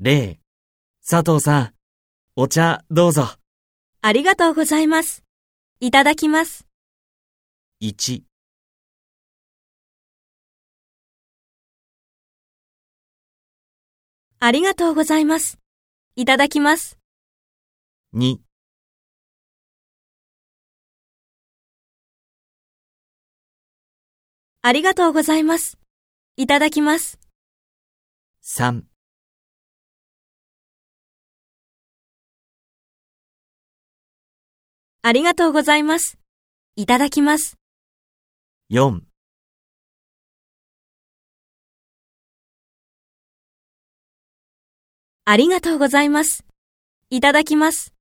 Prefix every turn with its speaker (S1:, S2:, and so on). S1: 0佐藤さん、お茶どうぞ。
S2: ありがとうございます。いただきます。
S1: 1、
S2: ありがとうございます。いただきます。
S1: 2、
S2: ありがとうございます。いただきます。
S1: 3、
S2: ありがとうございます。いただきます。
S1: 4、
S2: ありがとうございます。いただきます。